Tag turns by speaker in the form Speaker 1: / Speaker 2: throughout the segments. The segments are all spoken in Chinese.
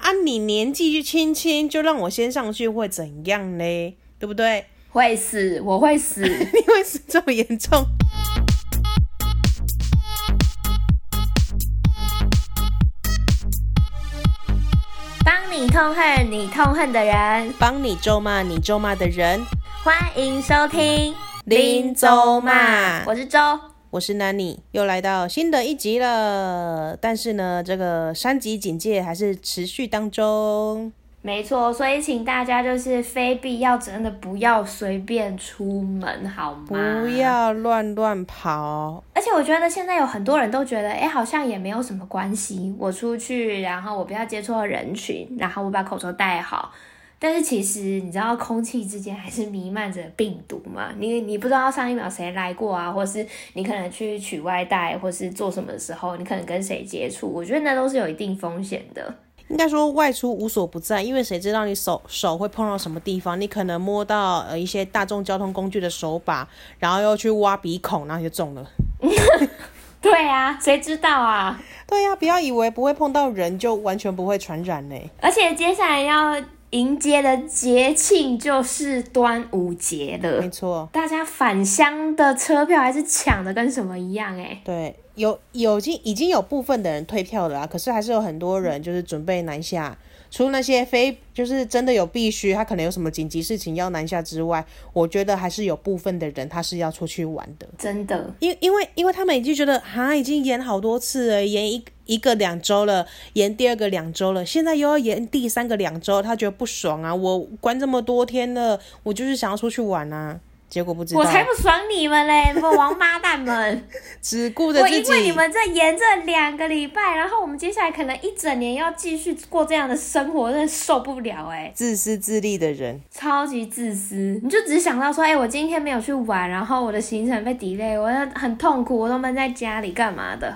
Speaker 1: 啊你年纪轻轻就让我先上去会怎样嘞？对不对？
Speaker 2: 会死，我会死。
Speaker 1: 你会死这么严重？
Speaker 2: 帮你痛恨你痛恨的人，
Speaker 1: 帮你咒骂你咒骂的人，
Speaker 2: 欢迎收听
Speaker 1: 林州骂
Speaker 2: 我是周。
Speaker 1: 我是 Nani，又来到新的一集了。但是呢，这个三级警戒还是持续当中。
Speaker 2: 没错，所以请大家就是非必要，真的不要随便出门，好吗？
Speaker 1: 不。要乱乱跑，
Speaker 2: 而且我觉得现在有很多人都觉得，哎、好像也没有什么关系。我出去，然后我不要接触到人群，然后我把口罩戴好。但是其实你知道，空气之间还是弥漫着病毒嘛？你你不知道上一秒谁来过啊，或是你可能去取外带，或是做什么的时候，你可能跟谁接触，我觉得那都是有一定风险的。
Speaker 1: 应该说外出无所不在，因为谁知道你手手会碰到什么地方？你可能摸到呃一些大众交通工具的手把，然后又去挖鼻孔，然后就中了。
Speaker 2: 对啊，谁知道啊？
Speaker 1: 对呀、不要以为不会碰到人就完全不会传染嘞、
Speaker 2: 而且接下来要迎接的节庆就是端午节了
Speaker 1: 没，错，
Speaker 2: 大家返乡的车票还是抢的跟什么一样哎、
Speaker 1: 对，有有已经已经有部分的人退票了啊，可是还是有很多人就是准备南下。除了那些非就是真的有必须，他可能有什么紧急事情要南下之外，我觉得还是有部分的人他是要出去玩的。
Speaker 2: 真的。
Speaker 1: 因因为因为他们已经觉得哈，已经延好多次了，延一一个两周了，延第二个两周了，现在又要延第三个两周，他觉得不爽啊！我关这么多天了，我就是想要出去玩啊，结果不知道，
Speaker 2: 我才不爽你们嘞！你们王八蛋 们！
Speaker 1: 只顾着
Speaker 2: 我
Speaker 1: 自
Speaker 2: 因为你
Speaker 1: 己。
Speaker 2: 们这延这两个礼拜，然后我们接下来可能一整年要继续过这样的生活，真的受不了哎、
Speaker 1: 自私自利的人，
Speaker 2: 超级自私，你就只想到说，哎、我今天没有去玩，然后我的行程被 delay，我很痛苦，我都闷在家里干嘛的？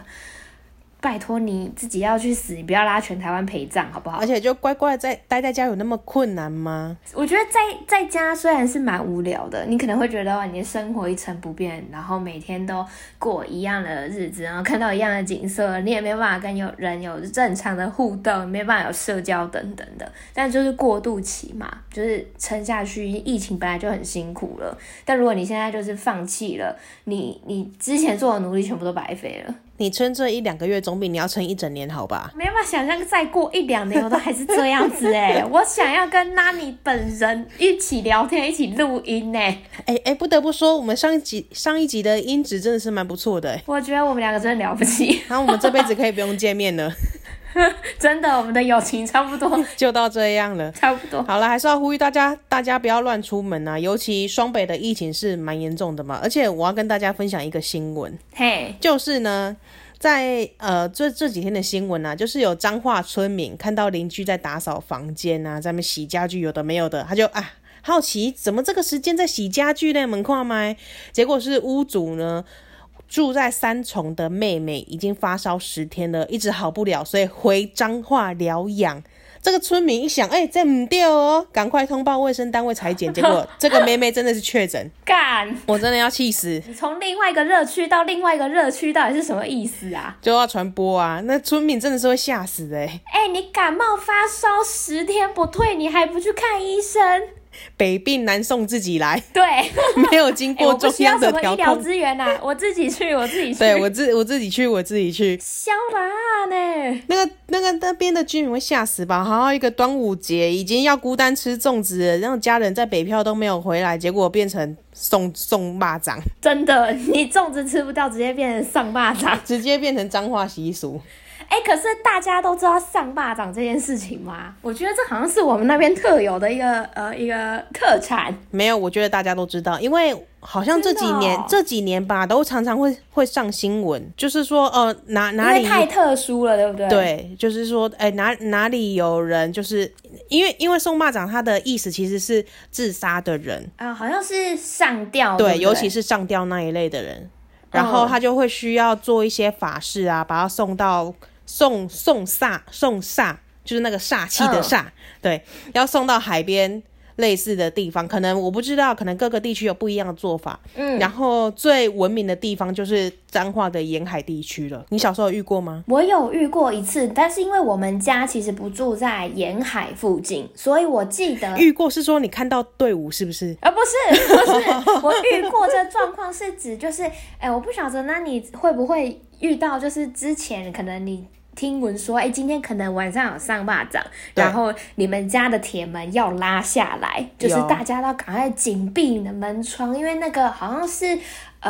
Speaker 2: 拜托你自己要去死，你不要拉全台湾陪葬，好不好
Speaker 1: 而？且就乖乖在待在家有那么困难吗？
Speaker 2: 我觉得在在家虽然是蛮无聊的，你可能会觉得哇，你的生活一成不变，然后每天都过一样的日子，然后看到一样的景色，你也没有办法跟有人有正常的互动，没办法有社交等等的。但就是过渡期嘛，就是撑下去，疫情本来就很辛苦了。但如果你现在就是放弃了， 你你之前做的努力全部都白费了，
Speaker 1: 你撑这一两个月总比你要撑一整年好吧？
Speaker 2: 没办法想象再过一两年我都还是这样子哎、我想要跟 Nani 本人一起聊天，一起录音哎、
Speaker 1: 哎哎，不得不说，我们上一集上一集的音质真的是蛮不错的、哎，
Speaker 2: 我觉得我们两个真的了不起，
Speaker 1: 然后我们这辈子可以不用见面了，
Speaker 2: 真的，我们的友情差不多，
Speaker 1: 就到这样了。
Speaker 2: 差不多。
Speaker 1: 好了，还是要呼吁大家，大家不要乱出门啊！尤其双北的疫情是蛮严重的嘛，而且我要跟大家分享一个新闻，
Speaker 2: 嘿，
Speaker 1: 就是呢，在呃这这几天的新闻啊，就是有彰化村民看到邻居在打扫房间啊，在那边洗家具，有的没有的，他就啊。好奇怎么这个时间在洗家具呢？门框吗？结果是屋主呢住在三重的妹妹已经发烧十天了，一直好不了，所以回彰化疗养。这个村民一想，哎、这唔对哦，赶快通报卫生单位裁剪。结果这个妹妹真的是确诊，
Speaker 2: 干！
Speaker 1: 我真的要气死，
Speaker 2: 你从另外一个热区到另外一个热区，到底是什么意思啊？
Speaker 1: 就要传播啊！那村民真的是会吓死哎、
Speaker 2: 哎、你感冒发烧十天不退，你还不去看医生？
Speaker 1: 北病南送自己来，
Speaker 2: 对，哎
Speaker 1: 没有经过
Speaker 2: 我不
Speaker 1: 中
Speaker 2: 需要
Speaker 1: 央
Speaker 2: 什
Speaker 1: 的
Speaker 2: 么医
Speaker 1: 调
Speaker 2: 疗
Speaker 1: 控。
Speaker 2: 资源呐、啊，我自己去，我自己去。
Speaker 1: 对我自我自己去，我自己去。
Speaker 2: 消麻呢？
Speaker 1: 那个那个那边的居民会吓死吧？好好一个端午节，已经要孤单吃粽子了，然后家人在北漂都没有回来，结果变成送送蚂蚱，
Speaker 2: 真的，你粽子吃不到，直接变成上巴掌。
Speaker 1: 直接变成脏话习俗。
Speaker 2: 哎、可是大家都知道上巴掌这件事情吗？我觉得这好像是我们那边特有的一个呃一个特产。
Speaker 1: 没有，我觉得大家都知道，因为好像这
Speaker 2: 真的
Speaker 1: 几年、
Speaker 2: 哦
Speaker 1: 这几年吧，都常常会会上新闻，就是说呃哪哪
Speaker 2: 因
Speaker 1: 里
Speaker 2: 为太特殊了，对不对？，
Speaker 1: 对，就是说，哎、哪哪里有人，就是因为因为送蚂蚱，它的意思其实是自杀的人，
Speaker 2: 啊、好像是上吊，对
Speaker 1: 对，嗯
Speaker 2: 不对，
Speaker 1: 尤其是上吊那一类的人，然后他就会需要做一些法事啊，把他送到送送煞送煞，就是那个煞气的
Speaker 2: 嗯
Speaker 1: 煞，对，要送到海边。类似的地方，可能我不知道，可能各个地区有不一样的做法。
Speaker 2: 嗯
Speaker 1: 然后最文明的地方就是彰化的沿海地区了。你小时候有遇过吗？
Speaker 2: 我有遇过一次，但是因为我们家其实不住在沿海附近，所以我记得
Speaker 1: 遇过是说你看到队伍是不是？
Speaker 2: 啊，不是不是，我遇过这状况是指就是，哎、我不晓得，那你会不会遇到就是之前可能你。听闻说，哎、今天可能晚上有上蚂蚱，
Speaker 1: 对
Speaker 2: 然后你们家的铁门要拉下来，就是
Speaker 1: 有
Speaker 2: 大家都要赶快紧闭你的门窗，因为那个好像是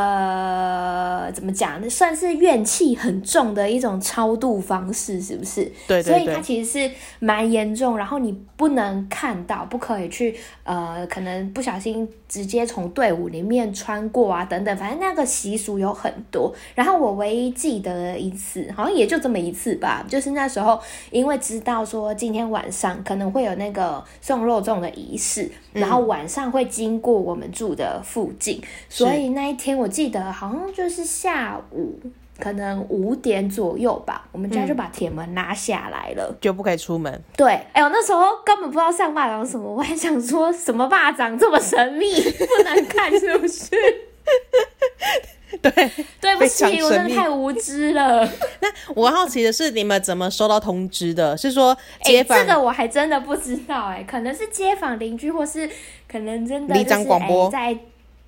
Speaker 2: 呃，怎么讲，算是怨气很重的一种超度方式，是不是？
Speaker 1: 对
Speaker 2: 所
Speaker 1: 对
Speaker 2: 以它
Speaker 1: 对，
Speaker 2: 其实是蛮严重，然后你不能看到，不可以去呃，可能不小心直接从队伍里面穿过啊，等等，反正那个习俗有很多。然后我唯一记得的一次，好像也就这么一次吧，就是那时候因为知道说今天晚上可能会有那个送肉粽的仪式，
Speaker 1: 嗯
Speaker 2: 然后晚上会经过我们住的附近，所以那一天我记得好像就是下午。可能五点左右吧，我们家就
Speaker 1: 嗯
Speaker 2: 把铁门拉下来了。
Speaker 1: 就不可以出门。
Speaker 2: 对，哎、我那时候根本不知道上霸掌是什么，我还想说什么霸掌这么神 秘，不能看是不是？
Speaker 1: 对，
Speaker 2: 对不
Speaker 1: 非常
Speaker 2: 起，我
Speaker 1: 神
Speaker 2: 真
Speaker 1: 秘
Speaker 2: 的太无知了。哎
Speaker 1: 那我好奇的是，你们怎么收到通知的？是说
Speaker 2: 哎、
Speaker 1: 街坊、
Speaker 2: 这个我还真的不知道、哎，可能是街坊邻居，或是可能真的
Speaker 1: 里
Speaker 2: 就是
Speaker 1: 长广播
Speaker 2: 哎在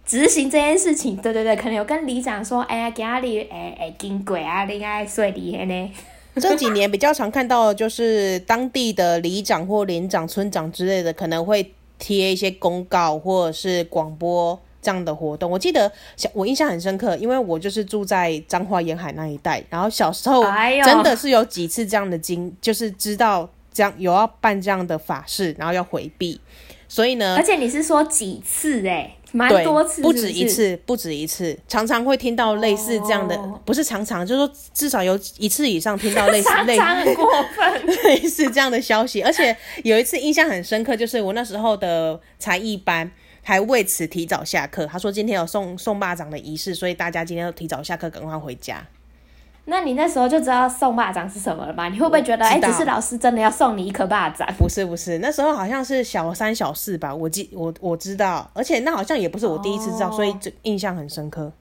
Speaker 2: 执行这件事情。对对对，可能有跟里长说，哎、呀，今仔日哎哎经过啊，你爱睡里的呢。
Speaker 1: 嗯这几年比较常看到，的就是当地的里长或连长、村长之类的，可能会贴一些公告或者是广播这样的活动。我记得小我印象很深刻，因为我就是住在彰化沿海那一带，然后小时候
Speaker 2: 哎呦
Speaker 1: 真的是有几次这样的经，就是知道这样有要办这样的法事，然后要回避，所以呢
Speaker 2: 而，且你是说几次、哎，蛮
Speaker 1: 对，
Speaker 2: 多次
Speaker 1: 不
Speaker 2: 是
Speaker 1: 止
Speaker 2: 是
Speaker 1: 一。次，不止一次，常常会听到类似这样的，
Speaker 2: 哦
Speaker 1: 不是常常，就是说至少有一次以上听到 类似
Speaker 2: 常
Speaker 1: 类
Speaker 2: 常很过分，
Speaker 1: 类似这样的消息。而且有一次印象很深刻，就是我那时候的才艺班。还为此提早下课，他说今天有送送巴掌的仪式，所以大家今天要提早下课，赶快回家。
Speaker 2: 那你那时候就知道送蚂蚱是什么了吧？你会不会觉得，
Speaker 1: 我知
Speaker 2: 哎、
Speaker 1: 道
Speaker 2: 只是老师真的要送你一颗蚂蚱？
Speaker 1: 不是不是，那时候好像是小三小四吧，我记我我知道，而且那好像也不是我第一次知道，
Speaker 2: 哦
Speaker 1: 所以这印象很深刻。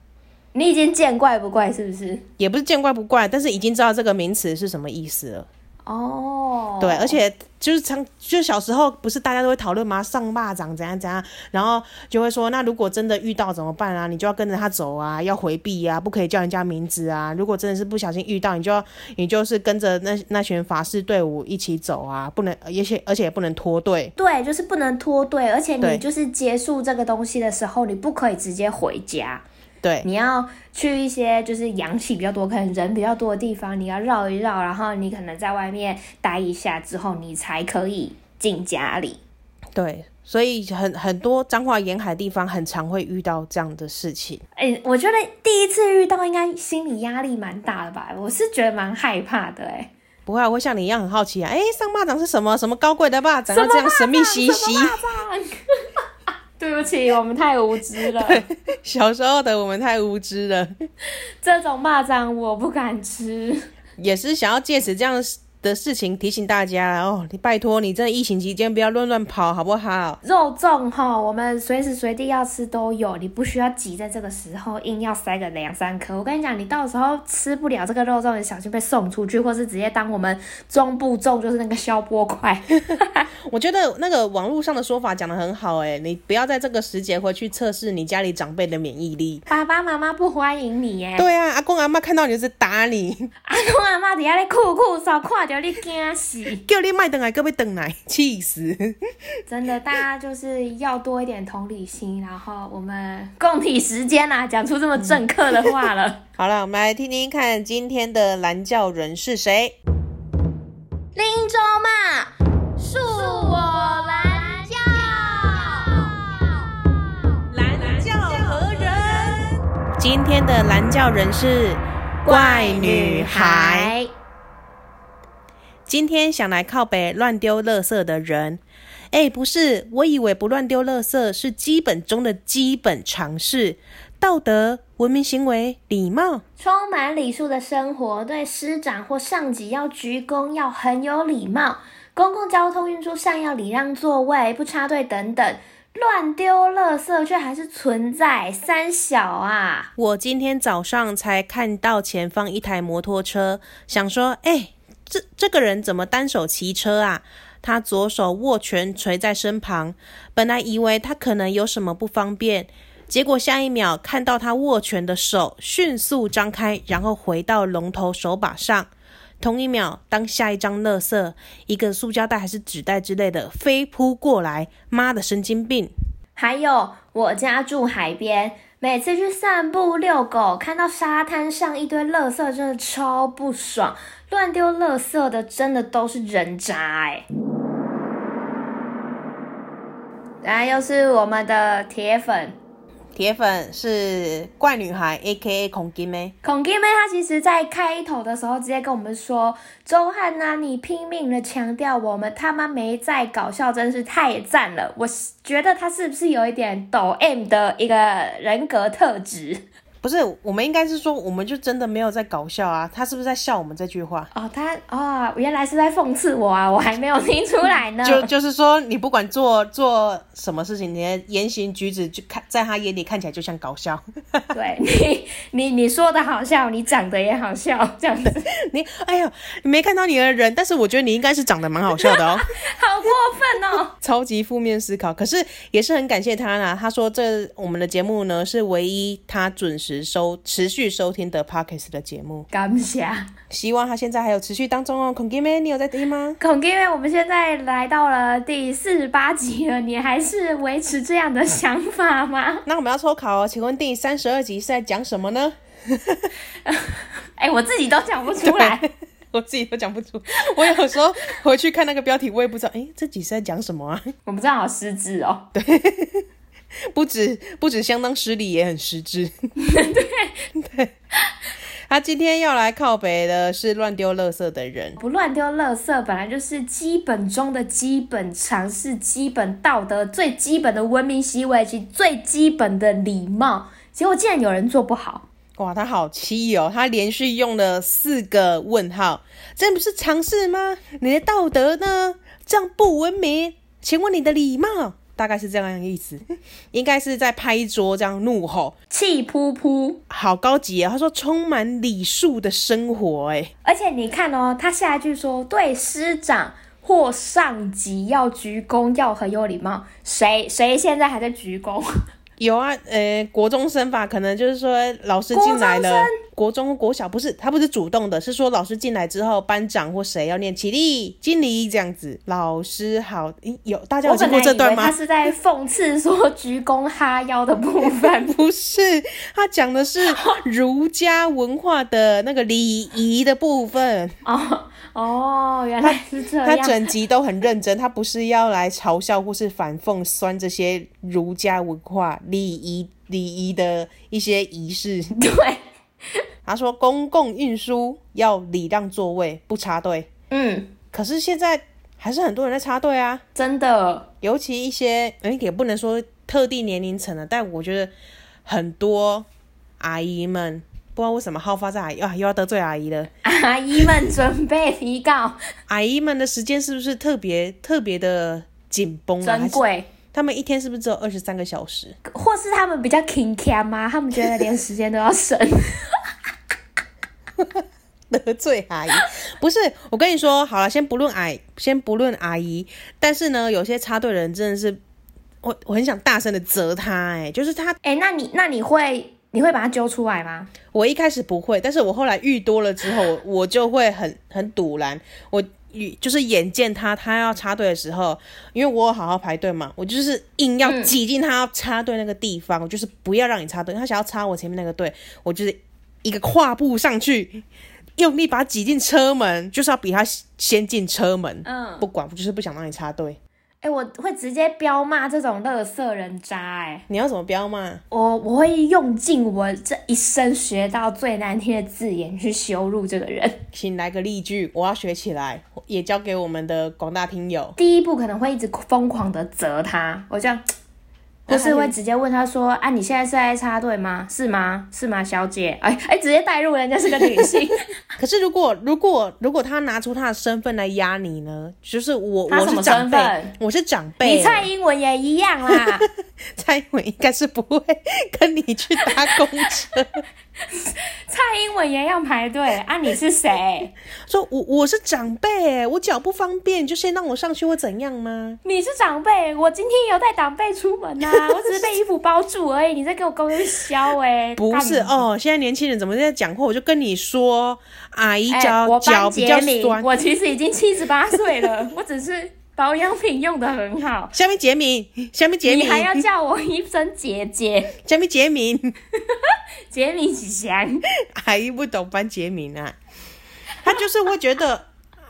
Speaker 2: 你已经见怪不怪，是不是？
Speaker 1: 也不是见怪不怪，但是已经知道这个名词是什么意思了。
Speaker 2: 哦，
Speaker 1: 对，而且就是常就小时候不是大家都会讨论吗？上蚂蚱怎样怎样，然后就会说，那如果真的遇到怎么办啊？你就要跟着他走啊，要回避啊，不可以叫人家名字啊。如果真的是不小心遇到，你就要你就是跟着那那群法师队伍一起走啊，不能而且而且也不能脱队。
Speaker 2: 对，就是不能脱队，而且
Speaker 1: 对
Speaker 2: 你就是结束这个东西的时候，你不可以直接回家，
Speaker 1: 对，
Speaker 2: 你要去一些就是阳气比较多、可能人比较多的地方，你要绕一绕，然后你可能在外面待一下之后，你才可以进家里。
Speaker 1: 对，所以很很多彰化沿海地方很常会遇到这样的事情。
Speaker 2: 哎、我觉得第一次遇到，应该心理压力蛮大的吧？我是觉得蛮害怕的、哎，
Speaker 1: 不会啊，我会像你一样很好奇啊，诶，上蚂蚱是什么？什么高贵的蚂蚱？要这样神秘兮兮。
Speaker 2: 对不起，我们太无知了。
Speaker 1: 小时候的我们太无知了。
Speaker 2: 这种蚂蚱我不敢吃。
Speaker 1: 也是想要借此这样的事情提醒大家哦，你拜托你这疫情期间不要乱乱跑，好不好？
Speaker 2: 肉粽哈，我们随时随地要吃都有，你不需要急在这个时候硬要塞个两三颗。我跟你讲，你到时候吃不了这个肉粽，你小心被送出去，或是直接当我们中部粽，就是那个消波块。
Speaker 1: 我觉得那个网络上的说法讲得很好、诶，你不要在这个时节回去测试你家里长辈的免疫力。
Speaker 2: 爸爸妈妈不欢迎你耶，
Speaker 1: 对啊，阿公阿妈看到你就是打你，
Speaker 2: 阿公阿妈底下咧酷酷手，看着你惊死。
Speaker 1: 叫你卖等来，各位等来，气死！
Speaker 2: 真的，大家就是要多一点同理心，然后我们共体时间啦、讲出这么政客的话了。
Speaker 1: 好了，我们来听听看今天的蓝教人是谁。
Speaker 2: 林州嘛，恕我蓝教。
Speaker 1: 蓝教何人？今天的蓝教人是怪女孩。，今天想来靠北乱丢垃圾的人，哎，不是，我以为不乱丢垃圾是基本中的基本常识，道德、文明行为、礼貌。
Speaker 2: 充满礼数的生活，对师长或上级要鞠躬，要很有礼貌。公共交通运输上要礼让座位、不插队等等，乱丢垃圾却还是存在，三小啊！
Speaker 1: 我今天早上才看到前方一台摩托车，想说，哎、这这个人怎么单手骑车啊？他左手握拳垂在身旁，本来以为他可能有什么不方便，结果下一秒看到他握拳的手迅速张开，然后回到龙头手把上。同一秒，当下一张垃圾，一个塑胶袋还是纸袋之类的飞扑过来，妈的神经病！
Speaker 2: 还有，我家住海边，每次去散步遛狗，看到沙滩上一堆垃圾，真的超不爽。乱丢垃圾的真的都是人渣哎、来，又是我们的铁粉
Speaker 1: 铁粉是怪女孩 A K A 孔金妹，
Speaker 2: 孔弟妹，她其实在开头的时候直接跟我们说：“周汉呐、你拼命的强调我们他妈没在搞笑，真是太赞了。”我觉得她是不是有一点抖 M 的一个人格特质？
Speaker 1: 不是我们应该是说，我们就真的没有在搞笑啊，他是不是在笑我们这句话？
Speaker 2: 哦，她哦，原来是在讽刺我啊，我还没有听出来呢。
Speaker 1: 就就是说，你不管做做什么事情，你的言行举止就看在他眼里看起来就像搞笑。
Speaker 2: 对你，你你说的好笑，你长得也好笑，这样子
Speaker 1: 你哎呦，你没看到你的人，但是我觉得你应该是长得蛮好笑的哦。
Speaker 2: 好过分哦！
Speaker 1: 超级负面思考，可是也是很感谢他啦。他说这我们的节目呢是唯一他准时收持续收听的 Pockets 的节目，
Speaker 2: 感谢啊
Speaker 1: 希望他现在还有持续当中哦。孔金妹，你有在听吗？
Speaker 2: 孔弟妹，我们现在来到了第四十八集了，你还是维持这样的想法吗？
Speaker 1: 那我们要抽考哦，请问第三十二集是在讲什么呢？
Speaker 2: 哎、我自己都讲不出来。
Speaker 1: 对， 我自己都讲不出。我有时候回去看那个标题，我也不知道，哎，这集是在讲什么啊？
Speaker 2: 我们这样好失智哦。
Speaker 1: 不止不止相当失礼，也很失智。对对，他今天要来靠北的是乱丢垃圾的人。
Speaker 2: 不乱丢垃圾本来就是基本中的基本常识、基本道德、最基本的文明行为及最基本的礼貌，结果竟然有人做不好。
Speaker 1: 哇，他好气哦！他连续用了四个问号，这不是常识吗？你的道德呢？这样不文明，请问你的礼貌？大概是这样的意思，应该是在拍桌这样怒吼，
Speaker 2: 气扑扑。
Speaker 1: 好高级哦！他说充满礼数的生活，哎，
Speaker 2: 而且你看哦，他下一句说对师长或上级要鞠躬，要很有礼貌。谁谁现在还在鞠躬？
Speaker 1: 有啊，呃，国中生吧，可能就是说老师进来了，国中国小不是，他不是主动的，是说老师进来之后，班长或谁要念起立、敬礼这样子。老师好，诶有大家有
Speaker 2: 我
Speaker 1: 听过
Speaker 2: 本来
Speaker 1: 这
Speaker 2: 以
Speaker 1: 段
Speaker 2: 为
Speaker 1: 吗？。
Speaker 2: 他是在讽刺说鞠躬哈腰的部分
Speaker 1: 不是，他讲的是儒家文化的那个礼仪的部分。
Speaker 2: 哦哦，原来是这
Speaker 1: 他
Speaker 2: 样。
Speaker 1: 整集都很认真，他不是要来嘲笑或是反讽、酸这些儒家文化礼仪、礼仪的一些仪 式。
Speaker 2: 对，
Speaker 1: 他说，公共运输要礼让座位，不插队。
Speaker 2: 嗯，
Speaker 1: 可是现在还是很多人在插队啊，
Speaker 2: 真的，
Speaker 1: 尤其一些，嗯，也不能说特定年龄层的，但我觉得很多阿姨们不知道为什么好发在阿姨啊，又要得罪阿姨了。
Speaker 2: 阿姨们准备提告，
Speaker 1: 阿姨们的时间是不是特别特别的紧绷啊？
Speaker 2: 珍贵。
Speaker 1: 他们一天是不是只有二十三个小时？
Speaker 2: 或是他们比较 king cam 啊，他们觉得连时间都要省。
Speaker 1: 得罪阿姨？不是，我跟你说，好了，先不论阿姨，先不论阿姨，但是呢，有些插队的人真的是，我我很想大声的责他、哎，就是他，
Speaker 2: 哎、那你那你会你会把他揪出来吗？
Speaker 1: 我一开始不会，但是我后来遇多了之后， 我我就会很很堵然，我。遇就是眼见他他要插队的时候，因为我有好好排队嘛，我就是硬要挤进他要插队那个地方，我就是不要让你插队，他想要插我前面那个队，我就是一个跨步上去， 用力把他挤进车门，就是要比他先进车门。
Speaker 2: 嗯
Speaker 1: 不管，我就是不想让你插队。
Speaker 2: 哎、我会直接彪骂这种乐色人渣、哎，
Speaker 1: 你要怎么标嘛？
Speaker 2: 我我会用尽我这一生学到最难听的字眼去羞辱这个人。
Speaker 1: 请来个例句，我要学起来，也交给我们的广大听友。
Speaker 2: 第一步可能会一直疯狂的责他，我这样，或是会直接问他说：“啊，你现在是在插队吗？是吗？是吗，小姐？”哎哎，直接带入人家是个女 性，
Speaker 1: 可是如果如果如果他拿出他的身份来压你呢？就是我
Speaker 2: 他
Speaker 1: 我
Speaker 2: 什
Speaker 1: 是
Speaker 2: 么
Speaker 1: 长
Speaker 2: 身
Speaker 1: 辈
Speaker 2: 份，
Speaker 1: 我是长辈。
Speaker 2: 你蔡英文也一样 啦。
Speaker 1: 蔡英文应该是不会跟你去搭公车，
Speaker 2: 蔡英文也要排队啊？你是谁？
Speaker 1: 说我我是长辈，我脚不方便，你就先让我上去会怎样吗？
Speaker 2: 你是长辈，我今天有带长辈出门 呐、我只是被衣服包住而已。你在给我勾引消哎、
Speaker 1: 不是
Speaker 2: 干嘛，
Speaker 1: 哦，现在年轻人怎么在讲话？我就跟你说，阿姨
Speaker 2: 哎、
Speaker 1: 脚、
Speaker 2: 我
Speaker 1: 脚
Speaker 2: 班
Speaker 1: 比
Speaker 2: 杰
Speaker 1: 较
Speaker 2: 明，
Speaker 1: 酸。
Speaker 2: 我其实已经七十八岁了，我只是保养品用的很好。
Speaker 1: 下面杰明，下面杰
Speaker 2: 你
Speaker 1: 明，
Speaker 2: 还要叫我一声姐姐，
Speaker 1: 下面杰明，
Speaker 2: 杰明喜祥。
Speaker 1: 阿姨不懂班杰明啊，他就是会觉得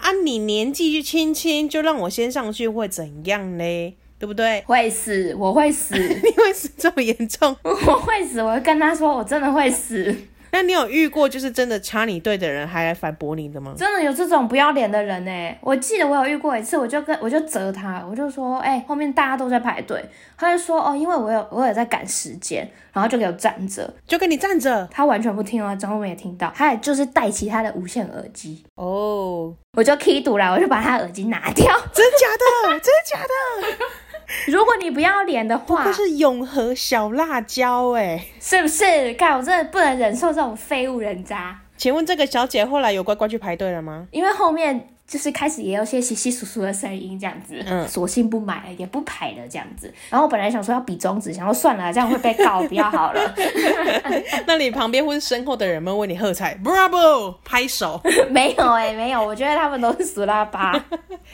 Speaker 1: 啊，你年纪轻轻就让我先上去会怎样嘞？对不对？
Speaker 2: 会死，我会 死，
Speaker 1: 你会是这么严重？
Speaker 2: 我会死，我会跟他说，我真的会死。
Speaker 1: 那你有遇过就是真的插你队的人还来反驳你的吗？
Speaker 2: 真的有这种不要脸的人呢、我记得我有遇过一次，我就跟我就责他，我就说，哎、后面大家都在排队，他就说，哦，因为我有我有在赶时间，然后就给我站着，
Speaker 1: 就跟你站着
Speaker 2: 他完全不听哦，张后面也听到，他也就是戴起他的无线耳机，
Speaker 1: 哦，
Speaker 2: 我就 K 堵了，我就把他耳机拿掉。
Speaker 1: 真假的，真假的，
Speaker 2: 如果你不要脸的话
Speaker 1: 这，是永和小辣椒哎、
Speaker 2: 是不是？看我真的不能忍受这种废物人渣，
Speaker 1: 请问这个小姐后来有乖乖去排队了 吗？
Speaker 2: 因为后面。就是开始也有些稀稀疏疏的声音这样子，
Speaker 1: 嗯
Speaker 2: 索性不买了，也不排了这样子。然后我本来想说要比中指，想说算了，这样会被告，不要好 了。
Speaker 1: 那你旁边或是身后的人们为你喝彩，bravo，拍手。
Speaker 2: 没有哎、没有，我觉得他们都是死 拉巴。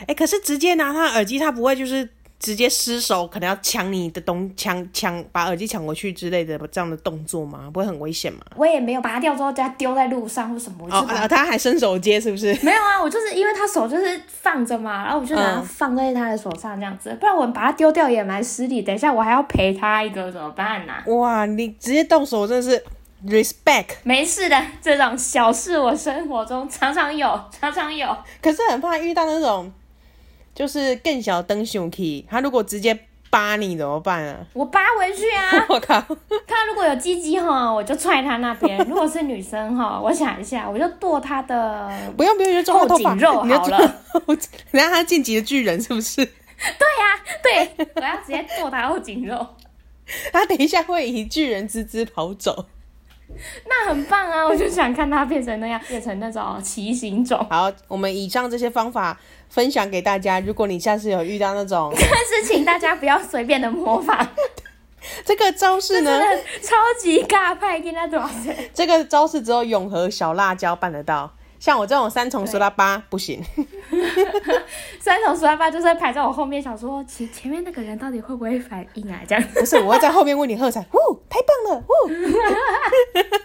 Speaker 1: 哎、可是直接拿他耳机，他不会就是直接失手，可能要抢你的东抢抢把耳机抢回去之类的这样的动作吗？不会很危险吗？
Speaker 2: 我也没有把它掉之后再丢在路上或什么，我就
Speaker 1: 哦，
Speaker 2: 是把它
Speaker 1: 啊他还伸手接是不是？
Speaker 2: 没有啊，我就是因为他手就是放着嘛，然后我就拿它
Speaker 1: 嗯
Speaker 2: 放在他的手上这样子，不然我把它丢掉也蛮失礼。等一下我还要赔他一个，怎么办 呢、啊
Speaker 1: 哇，你直接动手真的是 respect，
Speaker 2: 没事的，这种小事我生活中常常有，常常有。
Speaker 1: 可是很怕遇到那种就是更小灯熊 key，他如果直接扒你怎么办啊？！
Speaker 2: 我扒回去啊
Speaker 1: 我靠！
Speaker 2: 他如果有鸡鸡哈，我就踹他那 边；如果是女生哈，我想一下，我就剁他的。
Speaker 1: 不用不用，你就抓他头发，
Speaker 2: 后颈 肉
Speaker 1: 你就
Speaker 2: 好
Speaker 1: 抓
Speaker 2: 了。
Speaker 1: 然后他晋级的巨人是不是？
Speaker 2: 对呀、对，我要直接剁他后颈肉，
Speaker 1: 他等一下会以巨人之姿跑走。
Speaker 2: 那很棒啊！我就想看他变成那样，变成那种骑行种。
Speaker 1: 好，我们以上这些方法分享给大家。如果你下次有遇到那种
Speaker 2: 但是请大家不要随便的模仿。
Speaker 1: 这个招式呢，
Speaker 2: 真的超级尬派，跟他多少岁？
Speaker 1: 这个招式只有永和小辣椒办得到，像我这种三重苏拉巴不行。
Speaker 2: 三重十八八就是排在我后面，想说前前面那个人到底会不会反应啊？这样，
Speaker 1: 不是，我会在后面为你喝彩，呜，太棒了，呜。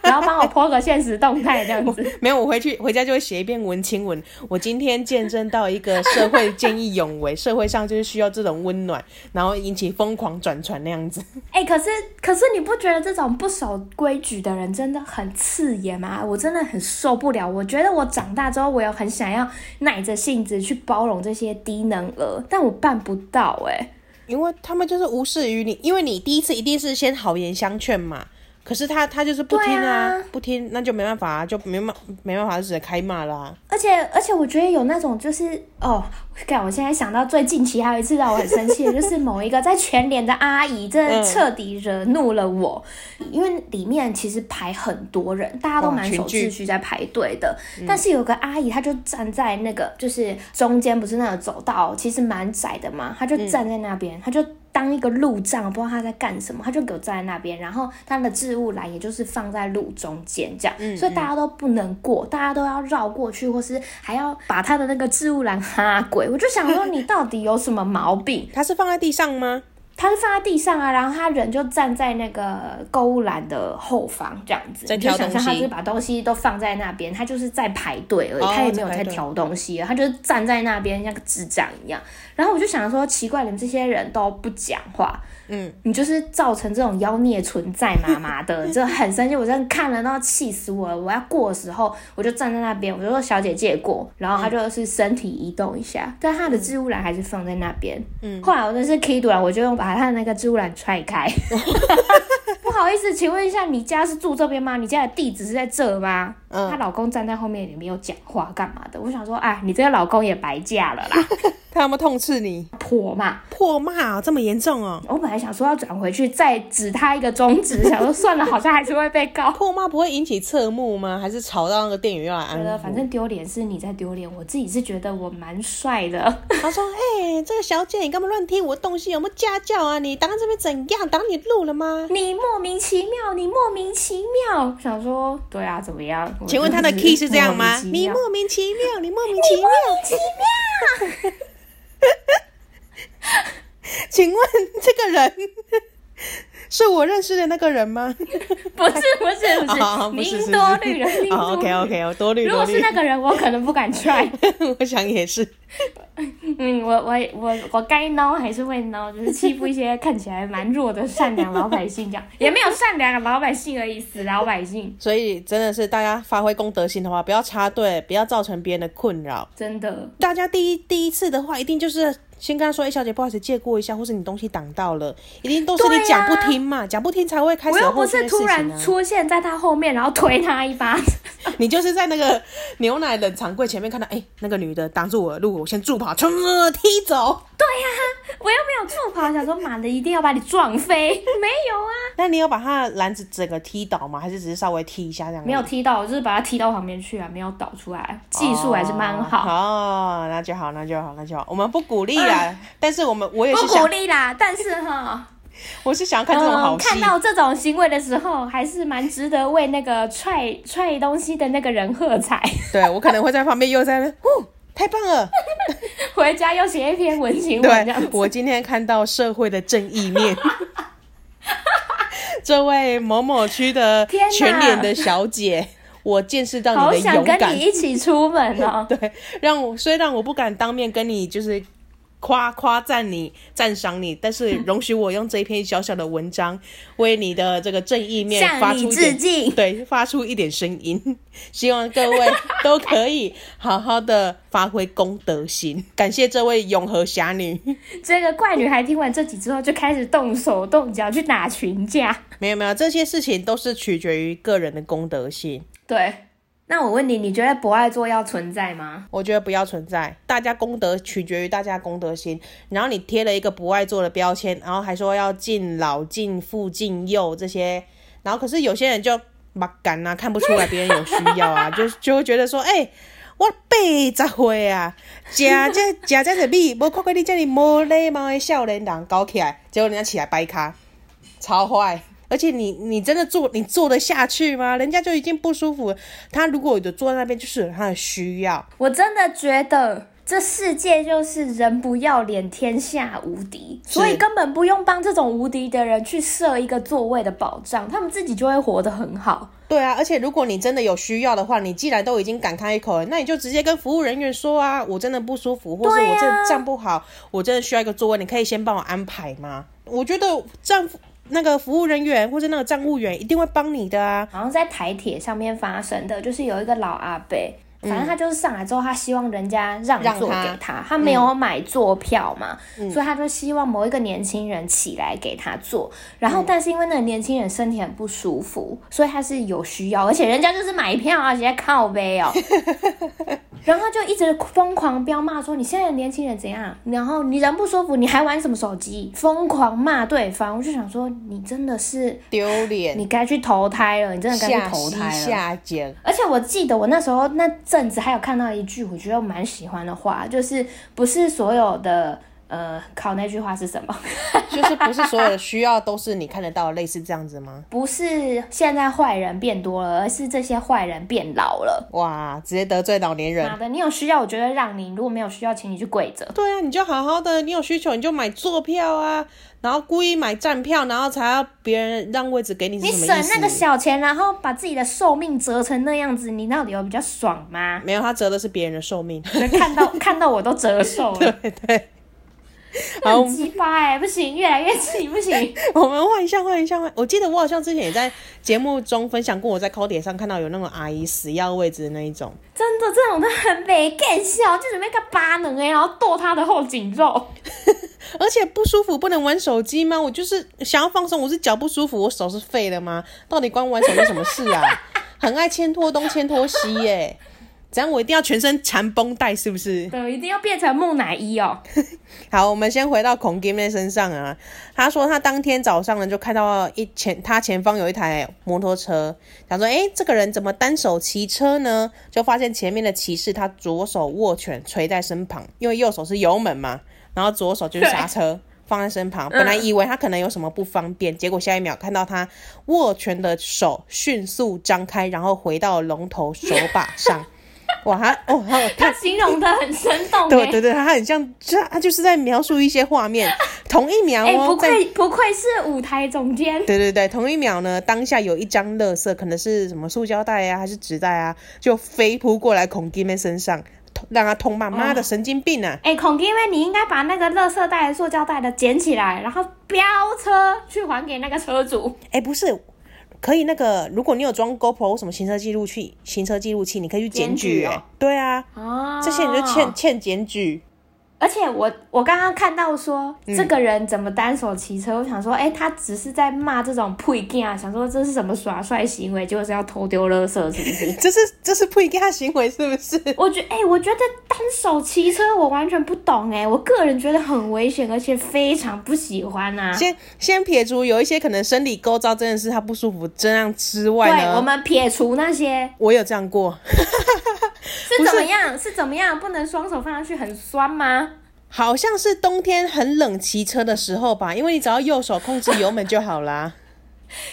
Speaker 2: 然后帮我泼个现实动态这样子。
Speaker 1: 没有，我回去回家就会写一遍文青文。我今天见证到一个社会见义勇为，社会上就是需要这种温暖，然后引起疯狂转传那样子。
Speaker 2: 哎、可是可是你不觉得这种不守规矩的人真的很刺眼吗？我真的很受不了。我觉得我长大之后，我有很想要耐着性子去包容这些低能儿，但我办不到哎、
Speaker 1: 因为他们就是无视于你，因为你第一次一定是先好言相劝嘛。可是他他就是不听啊，
Speaker 2: 对啊
Speaker 1: 不听，那就没办法啊，就没办没办法，就只能开骂啦、
Speaker 2: 而且而且，我觉得有那种就是哦，看我现在想到最近期还有一次让我很生气的，就是某一个在全脸的阿姨，真的彻底惹怒了我。因为里面其实排很多人，大家都
Speaker 1: 哇
Speaker 2: 蛮
Speaker 1: 哦群
Speaker 2: 守
Speaker 1: 聚嗯
Speaker 2: 秩序在排队的，但是有个阿姨，她就站在那个就是中间，不是那个走道其实蛮窄的嘛，她就
Speaker 1: 嗯
Speaker 2: 站在那边，她就。当一个路障，我不知道她在干什么，她就给我站在那边，然后她的置物篮也就是放在路中间这样，
Speaker 1: 嗯
Speaker 2: 所以大家都不能过，大家都要绕过去，或是还要把她的那个置物篮哈鬼，我就想说你到底有什么毛病？
Speaker 1: 他是放在地上吗？
Speaker 2: 他是放在地上啊，然后他人就站在那个购物篮的后方这样子，
Speaker 1: 在
Speaker 2: 你就
Speaker 1: 挑
Speaker 2: 想象他
Speaker 1: 东西
Speaker 2: 就是把东西都放在那边，他就是在排队而已，
Speaker 1: 哦
Speaker 2: 他也没有
Speaker 1: 在
Speaker 2: 在
Speaker 1: 排队
Speaker 2: 挑东西，他就是站在那边像个智障一样。然后我就想说，奇怪，你们这些人都不讲话，
Speaker 1: 嗯，
Speaker 2: 你就是造成这种妖孽存在，麻麻 的，这很生气，我真的看了，然后气死我了。我要过的时候，我就站在那边，我就说小姐借过，然后他
Speaker 1: 嗯
Speaker 2: 就是身体移动一下，但他的置物篮还是放在那边。嗯，后来我真是 K 短，我就用把把他的那个置物篮踹开。不好意思，请问一下，你家是住这边吗？你家的地址是在这吗？
Speaker 1: 嗯
Speaker 2: 她、老公站在后面也没有讲话，干嘛的？我想说，哎，你这个老公也白嫁了啦，
Speaker 1: 他有没有痛斥你？
Speaker 2: 婆嘛。
Speaker 1: 破骂、哦、这么严重哦？
Speaker 2: 我本来想说要转回去再指他一个中指，想说算了，好像还是会被 告。
Speaker 1: 破骂不会引起侧目吗？还是吵到那个店员要来安
Speaker 2: 觉得
Speaker 1: 抚？
Speaker 2: 反正丢脸是你在丢脸，我自己是觉得我蛮帅的。
Speaker 1: 他说：“哎、这个小姐，你干嘛乱踢我东西？有没有家教啊？你挡在这边怎样？挡你路了吗
Speaker 2: 你莫名其妙，你莫名其妙，想说对啊，怎么样？？”
Speaker 1: 请问他的 key 是这样吗？
Speaker 2: 你
Speaker 1: 你
Speaker 2: 莫
Speaker 1: 莫名其妙，你莫名其妙，
Speaker 2: 名其妙，
Speaker 1: 请问这个人是我认识的那个人吗？
Speaker 2: 不是不是不
Speaker 1: 哦
Speaker 2: 是，
Speaker 1: 不是
Speaker 2: 您
Speaker 1: 是
Speaker 2: 多虑了， 您
Speaker 1: 哦
Speaker 2: 多虑
Speaker 1: ，OK
Speaker 2: 了。
Speaker 1: OK，我多虑
Speaker 2: 如
Speaker 1: 多
Speaker 2: 果是
Speaker 1: 虑
Speaker 2: 那，个人，我可能不敢 try。
Speaker 1: 我想也是。
Speaker 2: 嗯，我我我我该孬还是会孬，就是欺负一些看起来蛮弱的善良老百姓，这样也没有善良的老百姓而已，死老百姓，
Speaker 1: 所以真的是大家发挥公德心的话，不要插队，不要造成别人的困扰。
Speaker 2: 真的。
Speaker 1: 大家第一第一次的话，一定就是先跟他说：“哎、小姐，不好意思，借过一下，或是你东西挡到了。”一定都是
Speaker 2: 对
Speaker 1: 你
Speaker 2: 啊
Speaker 1: 讲不听嘛，讲、不听才会开
Speaker 2: 我
Speaker 1: 始有
Speaker 2: 又
Speaker 1: 后
Speaker 2: 不
Speaker 1: 续
Speaker 2: 是
Speaker 1: 的事
Speaker 2: 突
Speaker 1: 情
Speaker 2: 然
Speaker 1: 啊。
Speaker 2: 出现在他后面，然后推他一巴掌，
Speaker 1: 你就是在那个牛奶冷藏柜前面看到，哎、那个女的挡住我的路，我先助跑，冲、踢走。
Speaker 2: 我又没有助跑，想说妈的一定要把你撞飞， 没有啊，
Speaker 1: 那你有把她的篮子整个踢倒吗？还是只是稍微踢一下这样而已？
Speaker 2: 没有踢到，我就是把他踢到旁边去啊，没有倒出来，技术还是蛮好，
Speaker 1: 哦，那就好，那就好，那就好。我们不鼓励啦，但是我们我也
Speaker 2: 啊不
Speaker 1: 是
Speaker 2: 鼓
Speaker 1: 想，
Speaker 2: 励啦，但是哈。
Speaker 1: 我是想要看这种好戏。
Speaker 2: 嗯看到这种行为的时候，还是蛮值得为那个踹踹东西的那个人喝彩。
Speaker 1: 对我可能会在旁边又在那
Speaker 2: 哦
Speaker 1: 边，呼，太棒了。
Speaker 2: 回家又写一篇文情文嗯这样
Speaker 1: 对
Speaker 2: 子。
Speaker 1: 我今天看到社会的正义 面。这位某某区的
Speaker 2: 天哪
Speaker 1: 全脸的小姐，我见识到
Speaker 2: 好
Speaker 1: 你的
Speaker 2: 想
Speaker 1: 勇
Speaker 2: 跟
Speaker 1: 敢！
Speaker 2: 你。一起出门哦
Speaker 1: 对， 让我虽然我不敢当面跟你就是夸夸赞你、赞赏你，但
Speaker 2: 嗯
Speaker 1: 是容许我用这一篇小小的文章为你的这个正义面
Speaker 2: 向
Speaker 1: 发
Speaker 2: 你
Speaker 1: 出一
Speaker 2: 致
Speaker 1: 点
Speaker 2: 敬
Speaker 1: 对，发出一点声音。希望 各位都可以好好的发挥公德心。感谢这位永和侠女。
Speaker 2: 这个怪女孩听完这集之后，就开始动手动脚去打群架。
Speaker 1: 没有没有，这些事情都是取决于个人的公德心。
Speaker 2: 对，那我问你，你觉得博爱座要存在吗？
Speaker 1: 我觉得不要存在，大家功德取决于大家功德心。然后你贴了一个不爱做的标签，然后还说要敬老、敬父、敬幼这些，然后可是有些人就把感啊，看不出来别人有需要啊，就就会觉得说，哎、我背十岁啊，食这食这个米，无看过你这里无礼貌的少年人搞起来，结果人家起来掰卡，超坏。而且你你真的做你做得下去吗？人家就已经不舒服了，他如果有坐在那边，就是有他的需要。
Speaker 2: 我真的觉得这世界就是人不要脸，天下无敌，所以根本不用帮这种无敌的人去设一个座位的保障，他们自己就会活得很好。
Speaker 1: 对啊，而且如果你真的有需要的话，你既然都已经敢开口了，那你就直接跟服务人员说啊，我真的不舒服，或是我真的站不好，我真的需要一个座位，你可以先帮我安排吗？我觉得站那个服务人员或者那个站务员一定会帮你的啊。
Speaker 2: 好像在台铁上面发生的，就是有一个老阿伯，反正他就是上来之后，他希望人家让
Speaker 1: 让
Speaker 2: 座
Speaker 1: 他
Speaker 2: 给他，他没有买座票嘛，所以他就希望某一个年轻人起来给他坐。然后，但是因为那个年轻人身体很不舒服，所以他是有需要，而且人家就是买票啊，直接靠背哦。然后他就一直疯狂彪骂说：“你现在的年轻人怎样？然后你人不舒服，你还玩什么手机？”疯狂骂对方，我就想说，你真的是
Speaker 1: 丢脸，
Speaker 2: 你该去投胎了，你真的该去
Speaker 1: 下
Speaker 2: 投
Speaker 1: 西
Speaker 2: 胎了。
Speaker 1: 下贱，
Speaker 2: 而且我记得我那时候那阵子还有看到一句我觉得蛮喜欢的话，就是不是所有的呃，考那句话是什么？
Speaker 1: 就是不是所有的需要都是你看得到的，类似这样子吗？
Speaker 2: 不是现在坏人变多了，而是这些坏人变老了。
Speaker 1: 哇，直接得罪老年人
Speaker 2: 妈。的，你有需要，我觉得让你；如果没有需要，请你去跪着。
Speaker 1: 对啊，你就好好的，你有需求你就买坐票啊，然后故意买站票，然后才要别人让位置给你，是
Speaker 2: 你
Speaker 1: 什么
Speaker 2: 省
Speaker 1: 意思？？
Speaker 2: 那个小钱，然后把自己的寿命折成那样子，你到底有比较爽吗
Speaker 1: 没有，他折的是别人的寿 命。
Speaker 2: 看到看到我都折寿了，
Speaker 1: 对对，好
Speaker 2: 很鸡巴哎、不行，越来越气，不行。
Speaker 1: 我们换一下，换一下，换。我记得我好像之前也在节目中分享过，我在高铁上看到有那种阿姨死要位置的那一种，
Speaker 2: 真的，这种都很没干笑，就准备个巴能哎，然后剁他的后颈肉，
Speaker 1: 而且不舒服不能玩手机吗？我就是想要放松，我是脚不舒服，我手是废了吗？到底关玩手机什么事 啊？很爱牵拖东牵拖西耶、怎样我一定要全身缠绷带是不是？
Speaker 2: 对，一定要变成木乃伊哦。
Speaker 1: 好，我们先回到孔金妹身上啊。他说他当天早上呢，就看到一前他前方有一台摩托车，想说，诶，这个人怎么单手骑车呢？就发现前面的骑士他左手握拳垂在身旁，因为右手是油门嘛，然后左手就是刹车。放在身旁，本来以为他可能有什么不方便，结果下一秒看到他握拳的手迅速张开，然后回到龙头手把上。哇，他哦，他有
Speaker 2: 他形容的很生动、欸，
Speaker 1: 对对对，他很像，就他就是在描述一些画面。同一秒
Speaker 2: 哎、
Speaker 1: 哦，
Speaker 2: 不
Speaker 1: 在
Speaker 2: 愧不愧是舞台总监，
Speaker 1: 对对对，同一秒呢，当下有一张垃圾，可能是什么塑胶袋啊，还是纸袋啊，就飞扑过来孔弟妹身上，痛让她痛骂
Speaker 2: 哦
Speaker 1: 妈的神经病啊！
Speaker 2: 哎、孔弟妹，你应该把那个垃圾袋、塑胶袋的捡起来，然后飙车去还给那个车 主。
Speaker 1: 哎、不是，可以那个，如果你有装 GoPro 什么行车记录器，行车记录器你可以去检举、
Speaker 2: 检举哦
Speaker 1: 哎对啊，
Speaker 2: 哦，
Speaker 1: 这些人就欠。欠检举。？
Speaker 2: 而且我我刚刚看到说、这个人怎么单手骑车，我想说，哎、他只是在骂这种配件啊，想说这是什么耍帅行为，就是要偷丢垃圾，是不是
Speaker 1: 这是这是不应该的行为，是不是？
Speaker 2: 我觉哎、我觉得单手骑车我完全不懂哎、我个人觉得很危险，而且非常不喜欢啊。
Speaker 1: 先先撇除有一些可能生理构造真的是他不舒服这样之外
Speaker 2: 对，
Speaker 1: 呢，
Speaker 2: 我们撇除那些
Speaker 1: 我有这样过，
Speaker 2: 是怎么样？是怎么样？不能双手放上去很酸吗？
Speaker 1: 好像是冬天很冷骑车的时候吧，因为你只要右手控制油门就好 啦。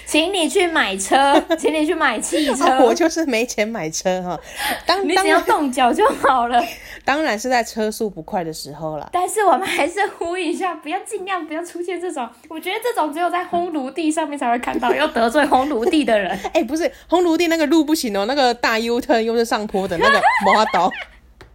Speaker 2: 请你去买车，请你去 买汽车，
Speaker 1: 啊哦我就是没钱买车哈，当
Speaker 2: 你
Speaker 1: 当
Speaker 2: 只要
Speaker 1: 然
Speaker 2: 动脚就好了。
Speaker 1: 当然是在车速不快的时候啦。
Speaker 2: 但是我们还是呼吁一下，不要尽量不要出现这种，我觉得这种只有在烘炉地上面才会看到，要得罪烘炉地 的人。
Speaker 1: 哎、不是红炉地那个路不行哦，那个大 U turn 又是上坡的那个摩刀。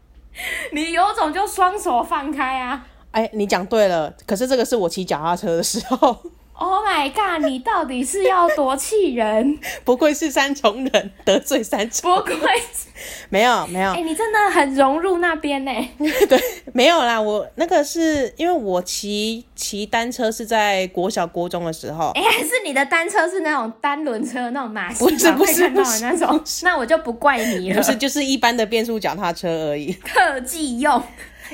Speaker 2: 你有种就双手放开啊
Speaker 1: 哎、你讲对了，可是这个是我骑脚踏车的时候，
Speaker 2: ！Oh my god！你到底是要多气人？
Speaker 1: 不愧是三重人，得罪三重。
Speaker 2: 不愧是，
Speaker 1: 没有没有
Speaker 2: 哎、，你真的很融入那边 呢、
Speaker 1: 对，没有啦，我那个是因为我骑骑单车是在国小国中的时候，
Speaker 2: 哎、还是你的单车是那种单轮车那种马戏
Speaker 1: 不是
Speaker 2: 团
Speaker 1: 不
Speaker 2: 会
Speaker 1: 是
Speaker 2: 看到
Speaker 1: 不
Speaker 2: 的
Speaker 1: 是
Speaker 2: 那种，那我就不怪 你了，
Speaker 1: 不是就是一般的变速脚踏车而已。
Speaker 2: 特技用。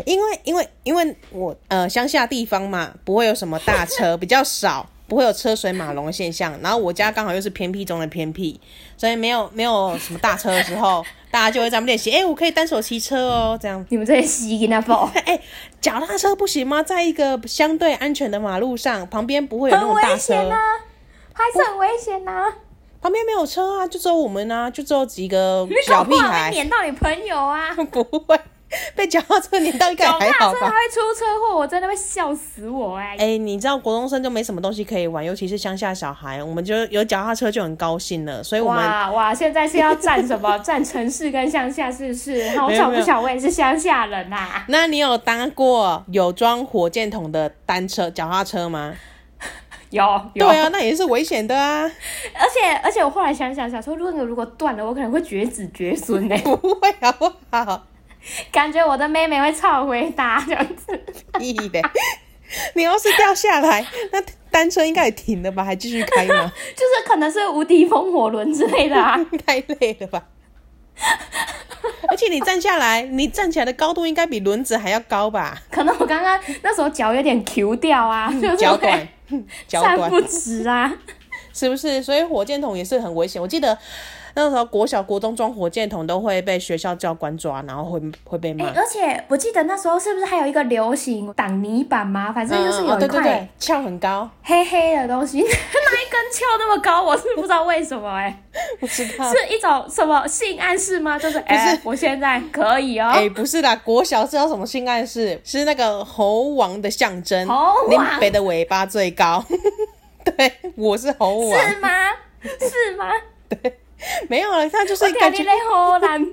Speaker 1: 因为因为因为我呃乡下地方嘛，不会有什么大车，比较少，不会有车水马龙的现象。然后我家刚好又是偏僻中的偏僻，所以没有没有什么大车的时候，大家就会这样练习。哎、我可以单手骑车哦，这样。
Speaker 2: 你们这些吸音的宝，
Speaker 1: 哎、脚踏车不行吗？在一个相对安全的马路上，旁边不会有那
Speaker 2: 很
Speaker 1: 种大
Speaker 2: 危
Speaker 1: 车，
Speaker 2: 险啊呐、还是很危险啊呐、
Speaker 1: 旁边没有车啊，就只有我们啊，就只有几个
Speaker 2: 你搞
Speaker 1: 小
Speaker 2: 不
Speaker 1: 屁
Speaker 2: 好会
Speaker 1: 孩，
Speaker 2: 碾到你朋友啊！
Speaker 1: 不会被脚踏车碾到，应该
Speaker 2: 搞不
Speaker 1: 还
Speaker 2: 好
Speaker 1: 好
Speaker 2: 真的
Speaker 1: 吧？
Speaker 2: 会出车祸，我真的会笑死我哎、
Speaker 1: 哎、你知道国中生就没什么东西可以玩，尤其是乡下小孩，我们就有脚踏车就很高兴了，所以我们
Speaker 2: 哇哇！现在是要站 什么？站城市跟乡下是不是？好
Speaker 1: 没有
Speaker 2: 巧
Speaker 1: 没
Speaker 2: 不
Speaker 1: 有
Speaker 2: 巧，我也是乡下人啊呐、
Speaker 1: 那你有搭过有装火箭筒的单车脚踏车吗？
Speaker 2: 有有，
Speaker 1: 对啊，那也是危险的 啊！
Speaker 2: 而且而且我后来想想想说，如果如果断了，我可能会绝子绝孙呢、欸
Speaker 1: 不会好不好？
Speaker 2: 感觉我的妹妹会超回答这样子。
Speaker 1: 屁的！ 你要是掉下来，那单车应该也停了吧？还继续开 吗？
Speaker 2: 就是可能是无敌风火轮之类的 啊。
Speaker 1: 太累了吧！而且你站下来，你站起来的高度应该比轮子还要高 吧？
Speaker 2: 可能我刚刚那时候脚有点 Q 掉啊，就是
Speaker 1: 嗯脚
Speaker 2: 会
Speaker 1: 短，脚
Speaker 2: 站
Speaker 1: 短
Speaker 2: 不。直啊。
Speaker 1: 是不是？所以火箭筒也是很危险。我记得那时候国小、国中装火箭筒都会被学校教官抓，然后会会被
Speaker 2: 哎、
Speaker 1: 骂。
Speaker 2: 而且我记得那时候是不是还有一个流行挡泥板嘛？反正就是
Speaker 1: 嗯哦
Speaker 2: 有一
Speaker 1: 对对
Speaker 2: 块
Speaker 1: 对，翘很 高，
Speaker 2: 黑黑的东西，那 一根翘那么高，我是不知道为什么哎、
Speaker 1: 不知 道。
Speaker 2: 是一种什么性暗示吗？就是哎、我现在可以哦、
Speaker 1: 哎、不是啦，国小知道什么性暗示？是那个猴王的象征，
Speaker 2: 猴王
Speaker 1: 林北的尾巴最高。 对，我是猴王，
Speaker 2: 是吗？是吗？
Speaker 1: 没有啊了，他就是
Speaker 2: 我
Speaker 1: 感
Speaker 2: 感
Speaker 1: 觉
Speaker 2: 觉在荷兰，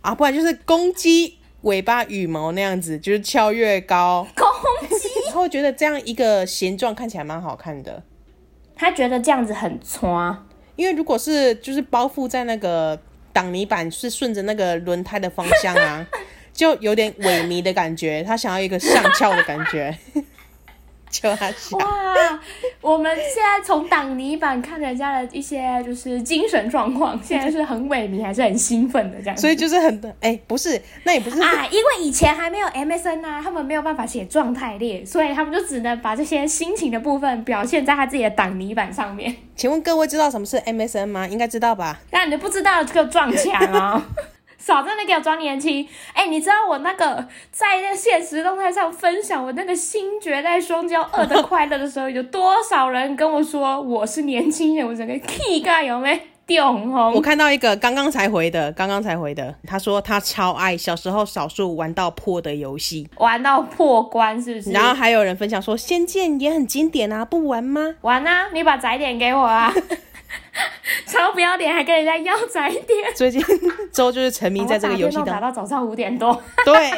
Speaker 1: 啊，不然就是公鸡尾巴羽毛那样子，就是翘越高，
Speaker 2: 公鸡，
Speaker 1: 然后觉得这样一个形状看起来蛮好看的。
Speaker 2: 他觉得这样子很穿。
Speaker 1: 因为如果是就是包覆在那个挡泥板，是顺着那个轮胎的方 向啊，就有点萎靡的感觉。他想要一个上翘的感觉， 求他笑。
Speaker 2: 哇，我们现在从挡泥板看人家的一些就是精神状况，现在是很萎靡还是很兴奋的这样子。
Speaker 1: 所以就是很多哎、不是，那也不是
Speaker 2: 啊，因为以前还没有 MSN 啊，他们没有办法写状态列，所以他们就只能把这些心情的部分表现在他自己的挡泥板上面。
Speaker 1: 请问各位知道什么是 MSN 吗？应该知道吧？
Speaker 2: 那你就不知道就给我撞墙 哦！少在那给我装年轻。哎、你知道我那个在那现实动态上分享我那个新绝代双骄二的快乐的时候，有多少人跟我说我是年轻人？我整个 K 盖有没顶
Speaker 1: 我
Speaker 2: 红？
Speaker 1: 看到一个刚刚才回的，刚刚才回的，他说他超爱小时候少数玩到破的游戏，
Speaker 2: 玩到破关是不是？
Speaker 1: 然后还有人分享说《仙剑》也很经典啊，不玩吗？
Speaker 2: 玩啊，你把宅点给我 啊！超不要脸，还跟人家要宅点。
Speaker 1: 最近 周就是沉迷在这个游戏
Speaker 2: 我打电动打
Speaker 1: 当中，
Speaker 2: 到早上五点多。
Speaker 1: 对。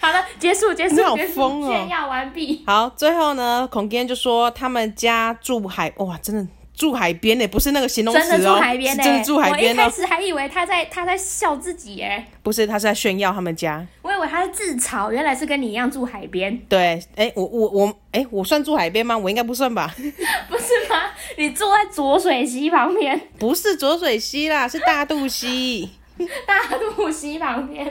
Speaker 2: 好了，结束结束
Speaker 1: 你好
Speaker 2: 结束，
Speaker 1: 疯哦
Speaker 2: 炫耀完毕。
Speaker 1: 好，最后呢，孔坚就说他们家住海，哇，真的住海边呢，不是那个形容词
Speaker 2: 真
Speaker 1: 哦，
Speaker 2: 的住海边
Speaker 1: 是
Speaker 2: 呢、
Speaker 1: 真的住海边
Speaker 2: 我一
Speaker 1: 哦
Speaker 2: 开，始还以为他在他在笑自己耶、
Speaker 1: 不是，他是在炫耀他们家。
Speaker 2: 我以为他在自嘲，原来是跟你一样住海边，
Speaker 1: 对，哎，我我我，哎，我算住海边吗？我应该不算吧？
Speaker 2: 不是吗？你住在浊水溪旁边，
Speaker 1: 不是浊水溪啦，是大肚溪。
Speaker 2: 大肚溪旁边，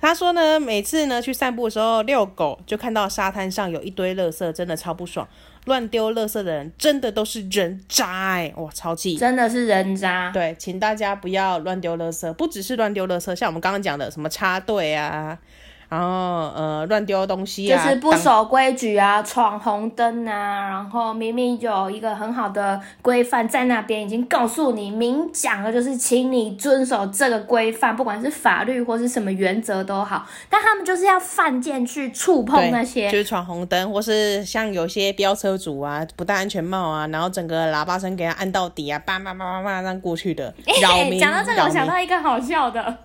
Speaker 1: 他说呢，每次呢去散步的时候遛狗，就看到沙滩上有一堆垃圾，真的超不爽。乱丢垃圾的人真的都是人渣哎、哇，超气！
Speaker 2: 真的是人渣。
Speaker 1: 对，请大家不要乱丢垃圾，不只是乱丢垃圾，像我们刚刚讲的什么插队啊，然后呃乱丢东西
Speaker 2: 就
Speaker 1: 啊，
Speaker 2: 是不
Speaker 1: 挡
Speaker 2: 守规矩啊，闯红灯啊，然后明明有一个很好的规范在那边，已经告诉你明讲了，就是请你遵守这个规范，不管是法律或是什么原则都好，但他们就是要犯贱去触碰
Speaker 1: 对
Speaker 2: 那些
Speaker 1: 就是闯红灯，或是像有些飙车族啊，不戴安全帽啊，然后整个喇叭声给他按到底啊，叭叭叭叭叭这样过去的， 扰
Speaker 2: 欸
Speaker 1: 民。
Speaker 2: 讲到这个，
Speaker 1: 扰
Speaker 2: 我
Speaker 1: 民
Speaker 2: 想到一个好笑的，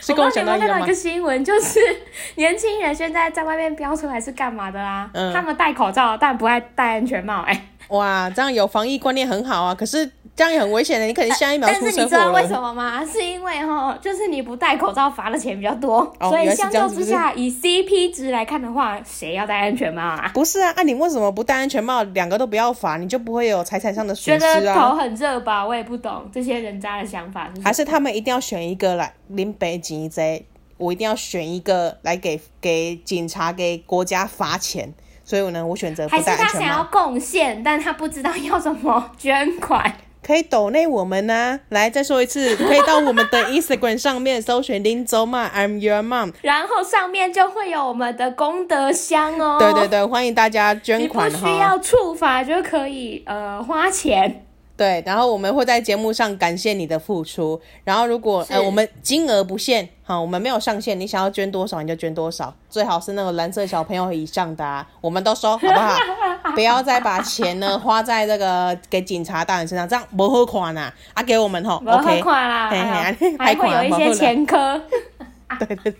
Speaker 1: 是跟我
Speaker 2: 不知
Speaker 1: 想
Speaker 2: 道
Speaker 1: 到
Speaker 2: 你
Speaker 1: 一
Speaker 2: 有没有
Speaker 1: 样
Speaker 2: 看到
Speaker 1: 吗
Speaker 2: 一个？新闻，就是 年轻人现在在外面飙车还是干嘛的啊？
Speaker 1: 嗯
Speaker 2: 他们戴口罩，但不爱戴安全帽、哎，
Speaker 1: 哇，这样有防疫观念很好啊，可是这样也很危险的，你可能下一秒
Speaker 2: 呃但
Speaker 1: 出
Speaker 2: 是你
Speaker 1: 车
Speaker 2: 知
Speaker 1: 祸
Speaker 2: 道为
Speaker 1: 了。
Speaker 2: 什么吗？是因为哈，就是你不戴口罩罚的钱比较多，
Speaker 1: 哦
Speaker 2: 所以
Speaker 1: 原来是
Speaker 2: 相
Speaker 1: 这
Speaker 2: 较
Speaker 1: 样子
Speaker 2: 之下，以 CP 值来看的话，谁要戴安全帽啊？
Speaker 1: 不是啊，啊你为什么不戴安全帽？两个都不要罚，你就不会有财产上的
Speaker 2: 觉
Speaker 1: 损失啊。
Speaker 2: 得头很热吧？我也不懂这些人渣的想法是什么
Speaker 1: 还是他们一定要选一个来林北警贼，我一定要选一个来给给警察给国家罚钱，所以呢，我选择不
Speaker 2: 还是
Speaker 1: 戴
Speaker 2: 他
Speaker 1: 安全
Speaker 2: 想要
Speaker 1: 帽。
Speaker 2: 贡献，但他不知道要怎么捐款。
Speaker 1: 可以抖内我们呢、来再说一次，可以到我们的 Instagram 上面搜寻林州嘛，I'm your mom。
Speaker 2: 然后上面就会有我们的功德箱哦。
Speaker 1: 对对对，欢迎大家捐
Speaker 2: 你不
Speaker 1: 款
Speaker 2: 需
Speaker 1: 哈。
Speaker 2: 要处罚就可以呃花钱，
Speaker 1: 对，然后我们会在节目上感谢你的付出。然后如果呃
Speaker 2: 是
Speaker 1: 我们金额不限，好，我们没有上限，你想要捐多少你就捐多少，最好是那个蓝色小朋友以上的、啊，我们都 收，好不好？不要再把钱呢花在这个给警察大人身上，这样不好看呐、啊。给我们吼
Speaker 2: 不要喝
Speaker 1: ，OK，
Speaker 2: 快啦，
Speaker 1: 嘿嘿
Speaker 2: 哎
Speaker 1: 还啊
Speaker 2: 呦还会有一些前科，
Speaker 1: 对对，对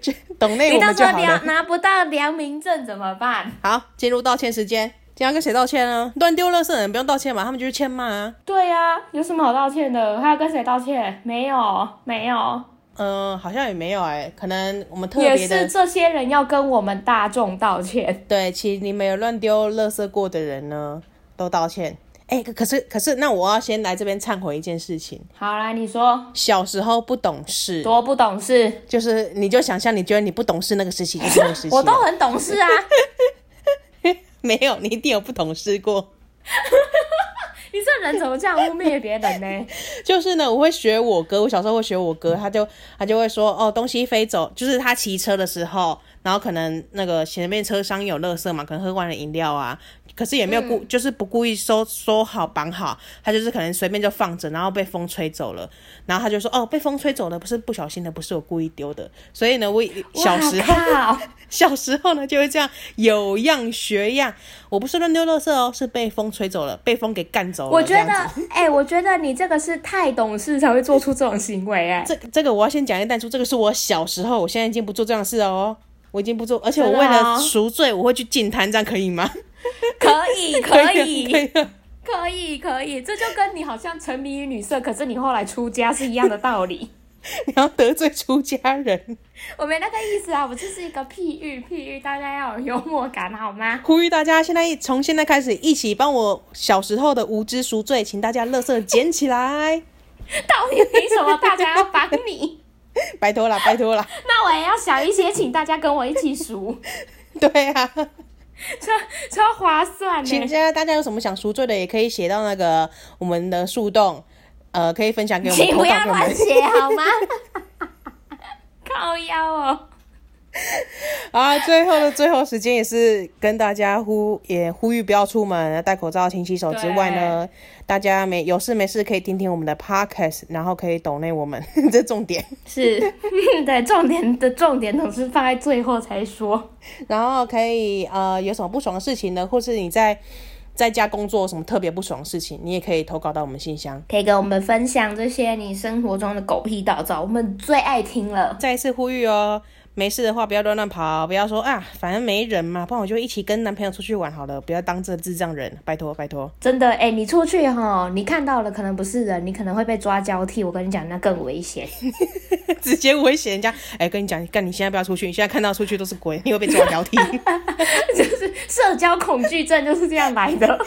Speaker 1: 就懂内
Speaker 2: 你
Speaker 1: 我
Speaker 2: 到
Speaker 1: 们
Speaker 2: 时
Speaker 1: 就
Speaker 2: 候
Speaker 1: 好
Speaker 2: 拿
Speaker 1: 了。
Speaker 2: 拿不到良民证怎么办？
Speaker 1: 好，进入道歉时间，今天要跟谁道歉呢？乱丢垃圾的人不用道歉嘛，他们就是欠骂啊。
Speaker 2: 对呀、有什么好道歉的？还要跟谁道歉？没有，没有，
Speaker 1: 嗯、好像也没有哎、可能我们特
Speaker 2: 也
Speaker 1: 别的
Speaker 2: 是这些人要跟我们大众道歉。
Speaker 1: 对，其实你们有乱丢垃圾过的人呢，都道歉。哎、可可是可是，那我要先来这边忏悔一件事情。
Speaker 2: 好啦，你说
Speaker 1: 小时候不懂事，
Speaker 2: 多不懂事，
Speaker 1: 就是你就想象你觉得你不懂事那个时期就是那个时期了，
Speaker 2: 我都很懂事啊。
Speaker 1: 没有，你一定有不懂事过。
Speaker 2: 你这人怎么这样污蔑别人呢？
Speaker 1: 就是呢，我会学我哥，我小时候会学我哥，他就他就会说哦，东西飞走，就是他骑车的时候，然后可能那个前面车厢有垃圾嘛，可能喝完了饮料啊，可是也
Speaker 2: 嗯
Speaker 1: 没有故，就是不故意收收好绑好，他就是可能随便就放着，然后被风吹走了，然后他就说哦，被风吹走了，不是不小心的，不是我故意丢的，所以呢，我小时候。
Speaker 2: 哇靠
Speaker 1: 小时候呢就会这样有样学样，我不是乱丢垃圾哦，是被风吹走了，被风给干走了。
Speaker 2: 我觉
Speaker 1: 这
Speaker 2: 得
Speaker 1: 样子，
Speaker 2: 哎、我觉得你这个是太懂事才会做出这种行为、哎，
Speaker 1: 这这个我要先讲一淡出，这个是我小时候，我现在已经不做这样的事了哦，我已经不做，而且我
Speaker 2: 真的
Speaker 1: 为了
Speaker 2: 哦
Speaker 1: 赎罪，我会去禁摊，这样可以吗？
Speaker 2: 可 以，可
Speaker 1: 可
Speaker 2: 以，
Speaker 1: 以的。
Speaker 2: 可以，可以，这就跟你好像沉迷于女色，可是你后来出家是一样的道理。
Speaker 1: 你要得罪出家人，
Speaker 2: 我没那个意思啊，我就是一个譬喻，譬喻大家要有幽默感好吗？
Speaker 1: 呼吁大家现在从现在开始一起帮我小时候的无知赎罪，请大家垃圾捡起来，
Speaker 2: 到底凭什么大家要帮你？
Speaker 1: 拜托啦，拜托啦，
Speaker 2: 那我也要想一些，请大家跟我一起数，
Speaker 1: 对啊。
Speaker 2: 超超划算
Speaker 1: 请
Speaker 2: 呢。
Speaker 1: 现在大家有什么想赎罪的，也可以写到那个我们的树洞，呃，可以分享给我们，
Speaker 2: 请不
Speaker 1: 投稿
Speaker 2: 要
Speaker 1: 给我们
Speaker 2: 乱写好吗？ 靠腰哦，
Speaker 1: 啊，最后的最后时间也是跟大家呼也呼吁不要出门，戴口罩、勤洗手之外呢，大家没有事没事可以听听我们的 podcast，然后可以抖内我们， 这重点。
Speaker 2: 是 对重点的重点总是放在最后才说。
Speaker 1: 然后可以呃有什么不爽的事情呢，或是你在在家工作有什么特别不爽的事情，你也可以投稿到我们信箱。
Speaker 2: 可以跟我们分享这些你生活中的狗屁道灶，我们最爱听了。
Speaker 1: 再一次呼吁哦，没事的话不要乱乱跑，不要说啊，反正没人嘛，不然我就一起跟男朋友出去玩好了，不要当这智障人，拜托拜托。
Speaker 2: 真的，哎、你出去哈，你看到了可能不是人，你可能会被抓交替。我跟你讲，那更危险。
Speaker 1: 直接威胁人家，哎、跟你讲，干你现在不要出去，你现在看到出去都是鬼， 你会被抓交替。
Speaker 2: 就是社交恐惧症就是这样来 的，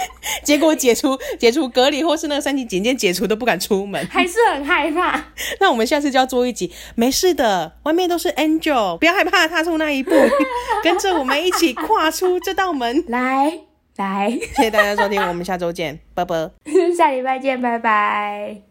Speaker 1: 结果解除解除隔离或是那个三级警戒解除都不敢出门。
Speaker 2: 还是很害怕。
Speaker 1: 那我们下次就要做一集，没事的，外面都是 angel，不要害怕踏出那一步，跟着我们一起跨出这道门。
Speaker 2: 来来，
Speaker 1: 谢谢大家收听，我们下周见，拜拜。
Speaker 2: 下礼拜见，拜拜。